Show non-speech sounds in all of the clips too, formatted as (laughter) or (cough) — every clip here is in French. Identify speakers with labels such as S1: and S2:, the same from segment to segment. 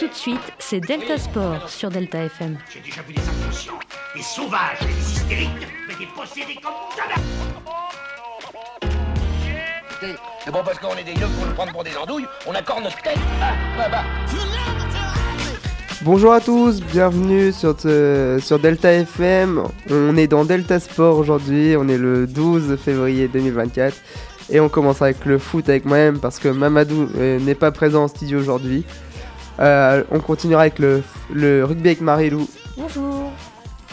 S1: Tout de suite, c'est Delta Sport sur Delta FM.
S2: J'ai déjà vu des inconscients, des sauvages, et des hystériques, mais des possédés comme jamais. Écoutez, C'est bon parce qu'on est des yeux pour nous prendre pour des andouilles, on accorde notre tête. Ah, bah, bah.
S3: Bonjour à tous, bienvenue sur, ce- sur Delta FM. On est dans Delta Sport aujourd'hui, on est le 12 février 2024 et on commence avec le foot avec moi-même parce que Mamadou euh, n'est pas présent en studio aujourd'hui. Euh, on continuera avec le, le rugby avec Marie-Lou,
S4: Bonjour.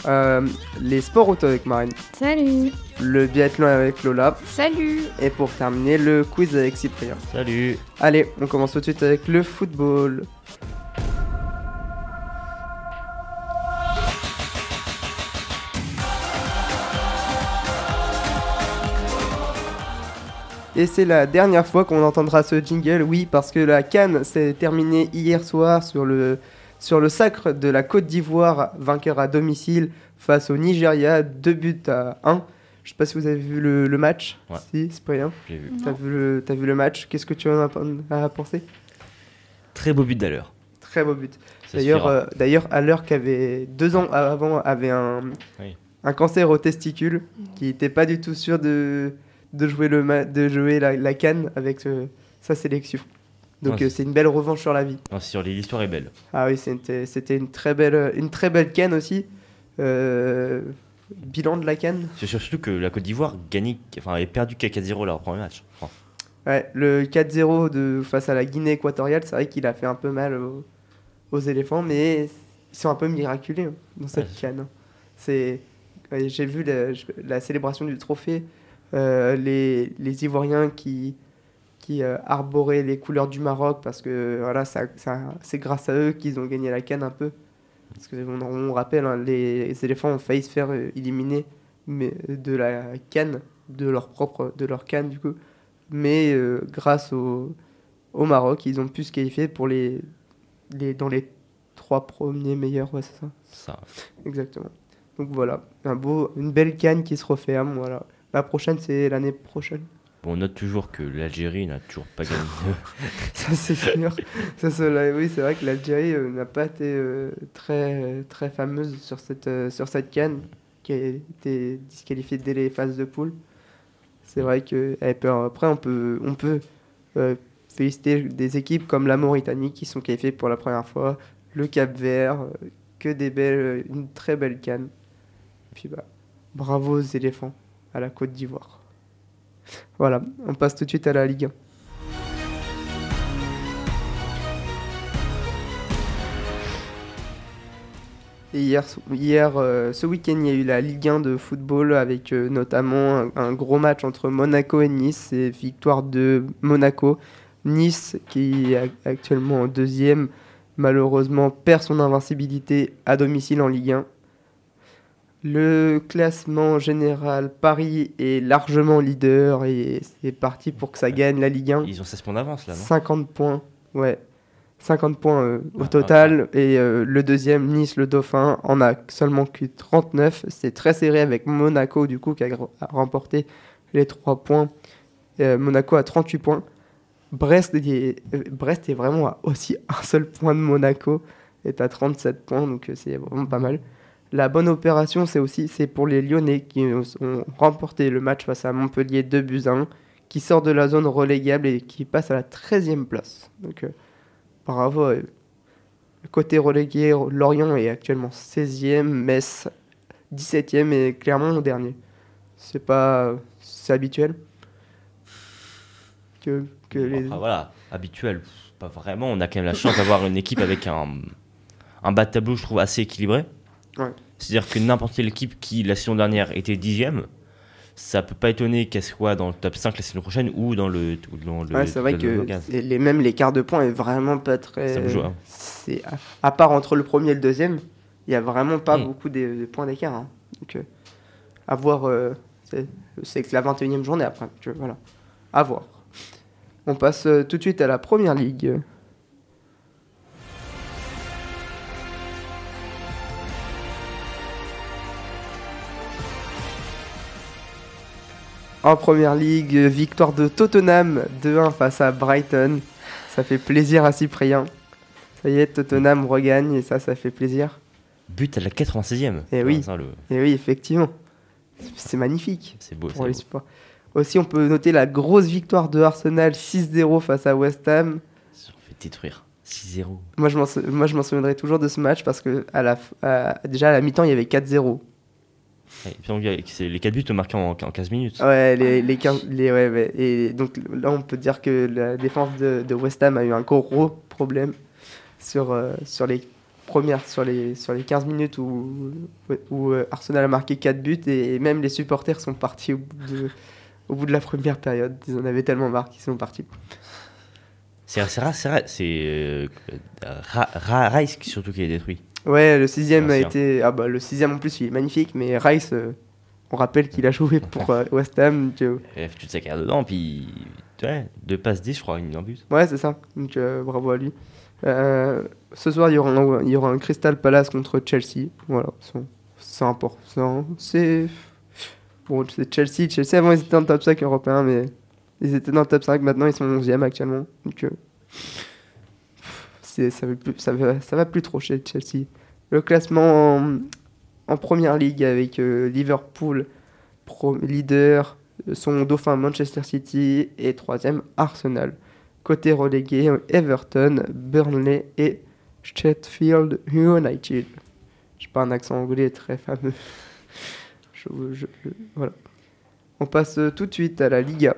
S3: euh, les sports auto avec Marine,
S4: Salut.
S3: le biathlon avec Lola
S4: Salut.
S3: et pour terminer le quiz avec Cyprien.
S5: Salut.
S3: Allez, on commence tout de suite avec le football. Et c'est la dernière fois qu'on entendra ce jingle, oui, parce que la Cannes s'est terminée hier soir sur le, sur le sacre de la Côte d'Ivoire, vainqueur à domicile face au Nigeria, 2 buts à 1. Je sais pas si vous avez vu le, le match.
S5: Ouais.
S3: Si, c'est pas rien.
S5: J'ai vu.
S3: T'as vu, le- t'as vu le match, qu'est-ce que tu en as pen- à penser
S5: Très beau but d'ailleurs.
S3: Très beau but.
S5: Ça
S3: D'ailleurs,
S5: suffira.
S3: euh, d'ailleurs, à l'heure qu'avait deux ans avant avait un,
S5: Oui.
S3: un cancer aux testicules, qui n'était pas du tout sûr de, de jouer, le ma- de jouer la, la canne avec ce- sa sélection. Donc
S5: Ouais,
S3: euh, c'est une belle revanche sur la vie.
S5: Non, c'est sur les- l'histoire est belle.
S3: Ah oui, c'était c'était une très belle une très belle canne aussi. Euh, bilan de la canne.
S5: C'est surtout que la Côte d'Ivoire gagnait, enfin, avait perdu 4-0 leur premier match. je crois.
S3: Ouais, le 4-0 de face à la Guinée équatoriale, c'est vrai qu'il a fait un peu mal aux, aux éléphants, mais ils sont un peu miraculés hein, dans cette
S5: Ouais, c'est
S3: canne. C'est, ouais, j'ai vu la, je- la célébration du trophée, euh, les, les Ivoiriens qui, qui euh, arboraient les couleurs du Maroc parce que voilà, ça, ça- c'est grâce à eux qu'ils ont gagné la canne un peu. Parce que on, on rappelle, hein, les éléphants ont failli se faire euh, éliminer mais, de la canne, de leur propre, de leur canne du coup mais euh, grâce au, au Maroc, ils ont pu se qualifier pour les, les dans les trois premiers meilleurs, ouais, c'est ça,
S5: Ça,
S3: exactement. Donc voilà, un beau, une belle canne qui se refait. hein, voilà. La prochaine, c'est l'année prochaine.
S5: Bon, on note toujours que l'Algérie n'a toujours pas
S3: (laughs)
S5: gagné.
S3: Ça, c'est sûr. Ça, c'est vrai. oui, c'est vrai que l'Algérie euh, n'a pas été euh, très, très fameuse sur cette, euh, sur cette canne, qui a été disqualifiée dès les phases de poule. C'est vrai que elle peut- après, on peut, on peut euh, féliciter des équipes comme la Mauritanie qui sont qualifiées pour la première fois, le Cap Vert, euh, que des belles, euh, une très belle canne. Puis bah, bravo aux éléphants à la Côte d'Ivoire. Voilà, on passe tout de suite à la Ligue 1. Et hier, hier euh, ce week-end, il y a eu la Ligue 1 de football avec euh, notamment un, un gros match entre Monaco et Nice et victoire de Monaco. Nice, qui est ac- actuellement en deuxième, malheureusement perd son invincibilité à domicile en Ligue 1. Le classement général, Paris est largement leader et c'est parti pour que ça gagne la Ligue 1.
S5: Ils ont 16 points d'avance là, non
S3: 50 points, ouais. 50 points euh, au
S5: Ah,
S3: total. Et euh, le deuxième, Nice, le Dauphin, en a seulement que 39. C'est très serré avec Monaco, du coup, qui a, gr- a remporté les 3 points. Euh, Monaco a 38 points. Brest est, euh, Brest est vraiment à aussi (laughs) un seul point de Monaco, est à 37 points, donc euh, c'est vraiment pas mal. La bonne opération, c'est aussi c'est pour les Lyonnais qui ont ont remporté le match face à Montpellier 2 buts à 1 qui sort de la zone relégable et qui passe à la 13e place. Donc euh, bravo à eux. Côté relégué, Lorient est actuellement 16e, Metz 17e et Clermont dernier. C'est pas c'est habituel que, que les
S5: Enfin, voilà, habituel. pff, Pas vraiment. On a quand même la chance d'avoir une équipe avec un, un bas de tableau, je trouve, assez équilibré.
S3: Ouais.
S5: C'est-à-dire que n'importe quelle équipe qui, la saison dernière, était dixième, ça peut pas étonner qu'elle soit dans le top 5 la saison prochaine ou dans le. ou dans le
S3: Ouais, c'est vrai
S5: dans le
S3: que
S5: Logan.
S3: c'est- les, même les quarts de points est vraiment pas très.
S5: Ça bouge, hein.
S3: C'est à, à part entre le premier et le deuxième, il y a vraiment pas
S5: Mm.
S3: beaucoup de, de points d'écart. hein. Donc euh, à voir, euh, c'est- c'est que la 21 e journée après. tu vois, voilà, à voir. On passe euh, tout de suite à la première ligue. En première ligue, victoire de Tottenham 2-1 face à Brighton. Ça fait plaisir à Cyprien. Ça y est, Tottenham regagne et ça, ça fait plaisir.
S5: But à la 96e.
S3: Eh
S5: Ah,
S3: oui.
S5: ça, le-
S3: Et oui, effectivement. C'est magnifique
S5: C'est beau.
S3: pour
S5: c'est
S3: le
S5: beau.
S3: sport. Aussi, on peut noter la grosse victoire de Arsenal 6-0 face à West Ham.
S5: Ils se sont fait détruire. 6-0.
S3: Moi, je m'en sou- moi, je m'en souviendrai toujours de ce match parce que à la, f- à- déjà à la mi-temps, il y avait 4-0.
S5: Ouais, et puis, donc, il y a- c'est les 4 buts marqués en, en 15 minutes.
S3: Ouais, les, les 15 les- ouais, ouais. Et donc là, on peut dire que la défense de, de West Ham a eu un gros problème sur, euh, sur les premières, sur les, sur les 15 minutes où, où euh, Arsenal a marqué 4 buts et, même les supporters sont partis au bout de, au bout de la première période. Ils en avaient tellement marre qu'ils sont partis.
S5: C'est c'est Ra- c'est Ra- c'est, euh, Ra- Ra- Rice qui- surtout qui est détruit.
S3: Ouais, le sixième a
S5: Merci, hein.
S3: été. Ah bah, le sixième en plus, il est magnifique, mais Rice, euh, on rappelle qu'il a joué pour euh, West Ham. que-
S5: Il a fait toute sa carrière dedans, puis. Ouais, deux passes 10, je crois, il mis un but.
S3: Ouais, c'est ça. Donc euh, bravo à lui. Euh, ce soir, il y, aura un, il y aura un Crystal Palace contre Chelsea. Voilà, c'est- c'est important. C'est. Bon, c'est Chelsea. Chelsea, avant, ils étaient dans le top 5 européen, mais ils étaient dans le top 5. Maintenant, ils sont 11e actuellement. Donc, euh, c'est- ça, veut plus- ça, va- ça va plus trop chez Chelsea. Le classement en, en première ligue avec euh, Liverpool, pro- leader, son dauphin Manchester City et troisième Arsenal. Côté relégué, Everton, Burnley et Sheffield United. J'ai pas un accent anglais très fameux. (laughs) Je- je- je- voilà. On passe euh, tout de suite à la Liga.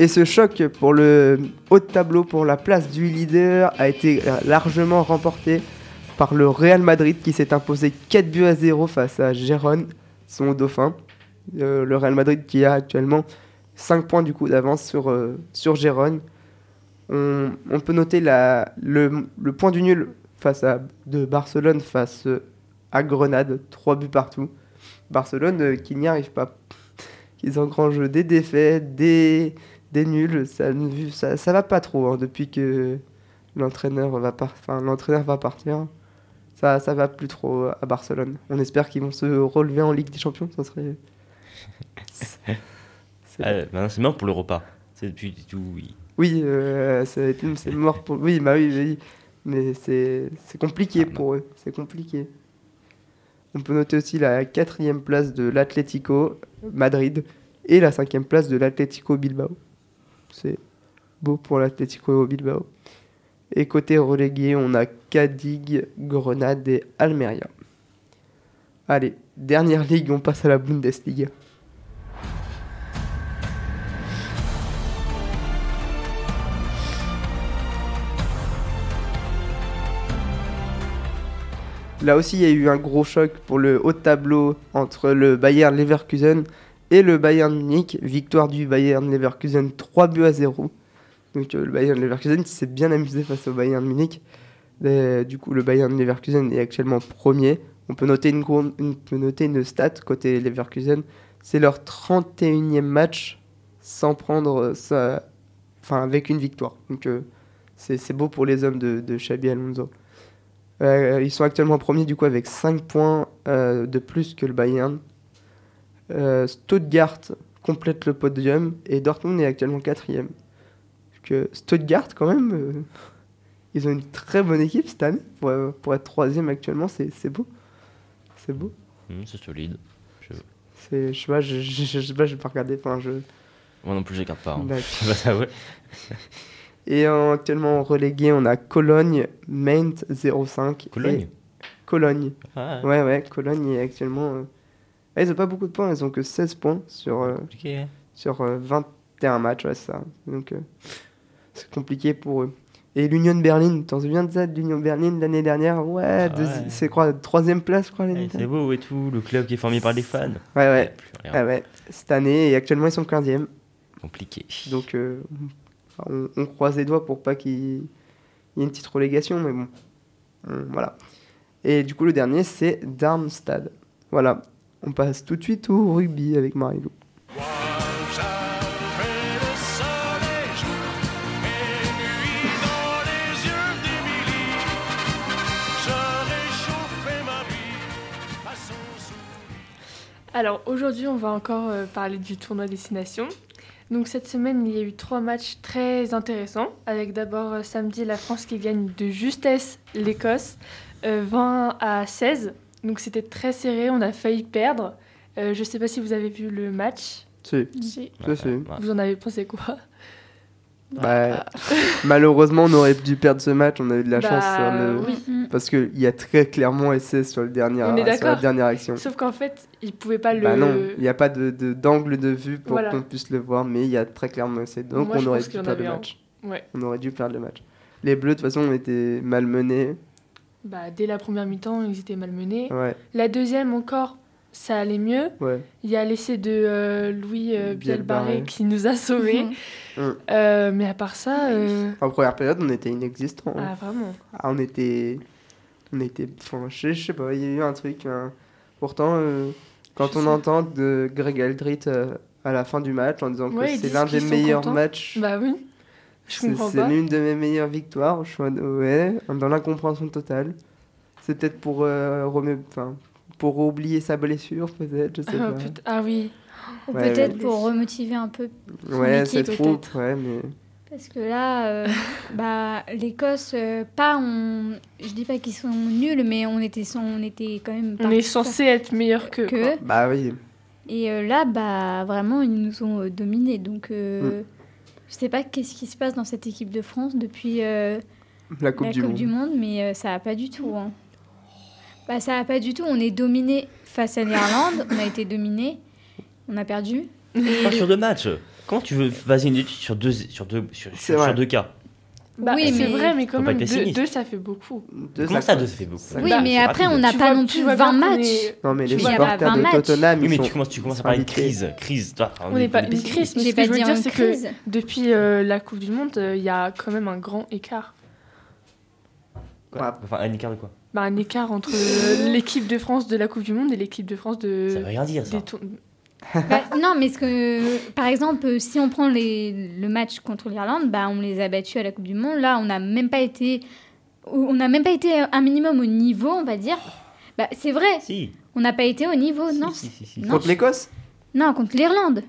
S3: Et ce choc pour le haut de tableau pour la place du leader a été euh, largement remporté par le Real Madrid qui s'est imposé 4 buts à 0 face à Gérone, son dauphin. Euh, le Real Madrid qui a actuellement 5 points du coup d'avance sur, euh, sur Gérone. On, on peut noter la, le, le point du nul face à, de Barcelone face euh, à Grenade, 3 buts partout. Barcelone euh, qui n'y arrive pas. (laughs) Ils engrangent des défaites, des, des nuls, ça ne ça, ça va pas trop hein, depuis que l'entraîneur va, par- enfin, l'entraîneur va partir. Ça, ça va plus trop à Barcelone. On espère qu'ils vont se relever en Ligue des Champions. Ça serait. C'est-
S5: Ah, maintenant, c'est mort pour le repas. C'est depuis tout. il-
S3: Oui, euh, c'est c'est mort pour. Oui, bah oui, oui. Mais c'est c'est compliqué
S5: Ah, non.
S3: pour eux. C'est compliqué. On peut noter aussi la quatrième place de l'Atlético Madrid et la cinquième place de l'Atlético Bilbao. C'est beau pour l'Atlético Bilbao. Et côté relégué, on a Cadix, Grenade et Almeria. Allez, dernière ligue, on passe à la Bundesliga. Là aussi, il y a eu un gros choc pour le haut de tableau entre le Bayern Leverkusen et le Bayern Munich. Victoire du Bayern Leverkusen 3 buts à 0. Donc euh, le Bayern Leverkusen qui s'est bien amusé face au Bayern Munich. Euh, du coup, le Bayern Leverkusen est actuellement premier. On peut noter une, cour- une- on peut noter une stat côté Leverkusen. C'est leur 31e match sans prendre ça, enfin avec une victoire. Donc euh, c'est c'est beau pour les hommes de, de Xabi Alonso. Euh, ils sont actuellement premiers du coup avec 5 points euh, de plus que le Bayern. Euh, Stuttgart complète le podium et Dortmund est actuellement quatrième. Parce Que Stuttgart quand même, euh, ils ont une très bonne équipe cette année. Pour, euh, pour être troisième actuellement, c'est c'est beau. C'est beau.
S5: Hum, c'est solide. Je...
S3: C'est- Je sais pas, je, je, je- je sais pas, j'ai pas regardé. Enfin, je...
S5: Moi non plus, je les garde pas. (laughs) hein.
S3: D'accord.
S5: Je vais t'avouer.
S3: Et en- actuellement relégué, on a Cologne, Mainz 05. et-
S5: Cologne.
S3: Cologne.
S5: Ah,
S3: Ouais, ouais, Cologne est actuellement. euh, ah, ils ont pas beaucoup de points, ils ont que 16 points sur, euh,
S5: compliqué, hein.
S3: sur euh, 21 matchs, ouais, c'est ça. Donc, euh, c'est compliqué pour eux. Et l'Union de Berlin, t'en souviens de ça, de l'Union de Berlin l'année dernière Ouais,
S5: Ah
S3: deuxi-
S5: ouais.
S3: c'est quoi, troisième place, je crois, l'année
S5: Eh, C'est
S3: dernière
S5: beau et tout, le club qui est formé par les fans.
S3: Ouais, ouais,
S5: Plus rien.
S3: ah ouais, cette année, et actuellement, ils sont 15e.
S5: Compliqué.
S3: Donc, euh, on, on croise les doigts pour pas qu'il il y ait une petite relégation, mais bon. Hum, voilà. Et du coup, le dernier, c'est Darmstad. Voilà. On passe tout de suite au rugby avec Marilou.
S4: Je réchauffais ma vie. Alors aujourd'hui, on va encore euh, parler du tournoi destination. Donc cette semaine, il y a eu trois matchs très intéressants. Avec d'abord euh, samedi la France qui gagne de justesse l'Écosse, euh, 20 à 16. Donc c'était très serré, on a failli perdre. Euh, je ne sais pas si vous avez vu le match.
S3: Si,
S6: Si.
S3: si, si.
S4: Vous en avez pensé quoi
S3: Bah, (laughs) malheureusement, on aurait dû perdre ce match. On a eu de la
S4: Bah,
S3: chance sur le...
S4: oui.
S3: parce qu'il y a très clairement SS sur, le dernier,
S4: On est
S3: sur la
S4: d'accord.
S3: dernière action.
S4: Sauf qu'en fait, ils ne pouvaient pas le...
S3: Bah non, il n'y a pas de- de- d'angle de, vue pour
S4: Voilà.
S3: qu'on puisse le voir, mais il y a très clairement essayé. Donc
S4: Moi,
S3: on
S4: je
S3: aurait
S4: pense
S3: dû
S4: qu'il y en
S3: perdre le
S4: avait un.
S3: match.
S4: Ouais.
S3: On aurait dû perdre le match. Les Bleus, de toute façon, on était malmenés.
S4: Bah, dès la première mi-temps, ils étaient malmenés.
S3: Ouais,
S4: La deuxième encore, ça allait mieux.
S3: ouais.
S4: Il y a l'essai de euh, Louis euh,
S3: Bielbarré.
S4: Bielbarré qui nous a sauvés.
S6: Mhm.
S3: Mm.
S4: Euh, mais à part ça, euh,
S3: En première période, on était inexistants. hein.
S4: ah, vraiment.
S3: Ah, on était. On était. Enfin, je sais- je sais pas, il y a eu un truc. hein. Pourtant, euh, quand
S4: Je
S3: on
S4: sais.
S3: entend de Greg Aldrit euh, à la fin du match en disant
S4: Ouais,
S3: que
S4: ils
S3: c'est
S4: disent
S3: l'un
S4: qu'ils
S3: des
S4: sont
S3: meilleurs
S4: contents.
S3: matchs,
S4: Bah oui, je
S3: c'est
S4: comprends
S3: c'est
S4: pas.
S3: l'une de mes meilleures victoires, je suis en- ouais, dans l'incompréhension totale. C'est peut-être pour euh, remet- enfin, pour oublier sa blessure, peut-être, je sais
S4: Ah,
S3: pas.
S4: putain, ah oui,
S6: Ou
S3: Ouais,
S6: peut-être
S4: ouais.
S6: pour remotiver un peu, son
S3: Ouais,
S6: équipe,
S3: cette troupe, ouais, mais.
S6: parce que là, euh,
S4: (laughs)
S6: bah, l'Écosse, euh, pas on, je dis pas qu'ils sont nuls, mais on était, sans- on était quand même.
S4: on est
S6: partis
S4: censé être meilleur que. quoi.
S6: faire que.
S3: Bah oui,
S6: Et euh, là, bah, vraiment, ils nous ont euh, dominés. Donc,
S4: Mm.
S6: euh, je sais pas qu'est-ce qui se passe dans cette équipe de France depuis euh,
S3: la Coupe,
S6: la
S3: du,
S6: Coupe
S3: monde.
S6: du Monde, mais euh, ça a pas du tout. hein. Bah, ça a pas du tout. On est dominé face à l'Irlande, on a été dominé, on a perdu.
S5: Pas sur deux matchs. Comment tu veux baser une étude sur deux, sur deux, sur,
S3: C'est
S5: sur- sur
S3: vrai.
S5: deux cas
S4: (laughs) Bah,
S6: Oui,
S4: c'est
S6: mais-
S4: vrai, mais
S5: Faut
S4: quand
S5: pas
S4: même,
S5: être
S4: deux,
S5: pessimiste.
S4: deux, ça fait beaucoup.
S3: Deux,
S5: Comment ça,
S3: coûte-
S5: deux, ça fait beaucoup
S3: ça-
S6: Oui,
S4: Bah,
S6: mais
S5: c'est
S6: après,
S5: rapide.
S6: on n'a
S4: Tu
S6: pas
S4: vois-
S6: non
S4: tu
S6: plus
S4: vois
S6: 20
S4: bien qu'on
S6: matchs.
S4: est-
S3: Non, mais
S6: Tu
S3: les
S6: vois, il y a
S3: supporters
S6: 20
S3: de
S6: matchs.
S3: Tottenham,
S5: Oui,
S3: ils
S5: mais
S3: sont-
S5: tu commences, tu commences
S3: sont
S5: par une
S3: habitués.
S5: crise. Crise, toi.
S4: On n'est pas une
S5: pessimiste.
S4: crise, mais ce
S6: J'ai
S4: que
S6: pas
S4: je veux
S6: dit
S4: dire,
S6: une
S4: c'est que
S6: crise.
S4: depuis euh, la Coupe du Monde, euh, il y a quand même un grand écart.
S5: Quoi Enfin, un écart de quoi
S4: Bah, un écart
S6: (laughs)
S4: entre euh, l'équipe de France de la Coupe du Monde et l'équipe de France de.
S5: Ça veut rien dire, ça.
S4: Euh, des tour-
S6: (laughs) Bah, non, mais ce que, par exemple, euh, si on prend les- le match contre l'Irlande, bah, on les a battus à la Coupe du Monde. Là, on n'a même pas été, on n'a même pas été un minimum au niveau, on va dire. Bah, c'est vrai,
S5: Si.
S6: on n'a pas été au niveau,
S5: si,
S6: Oh, non
S5: si, si, si.
S6: non.
S3: Contre l'Écosse
S6: Non, contre l'Irlande.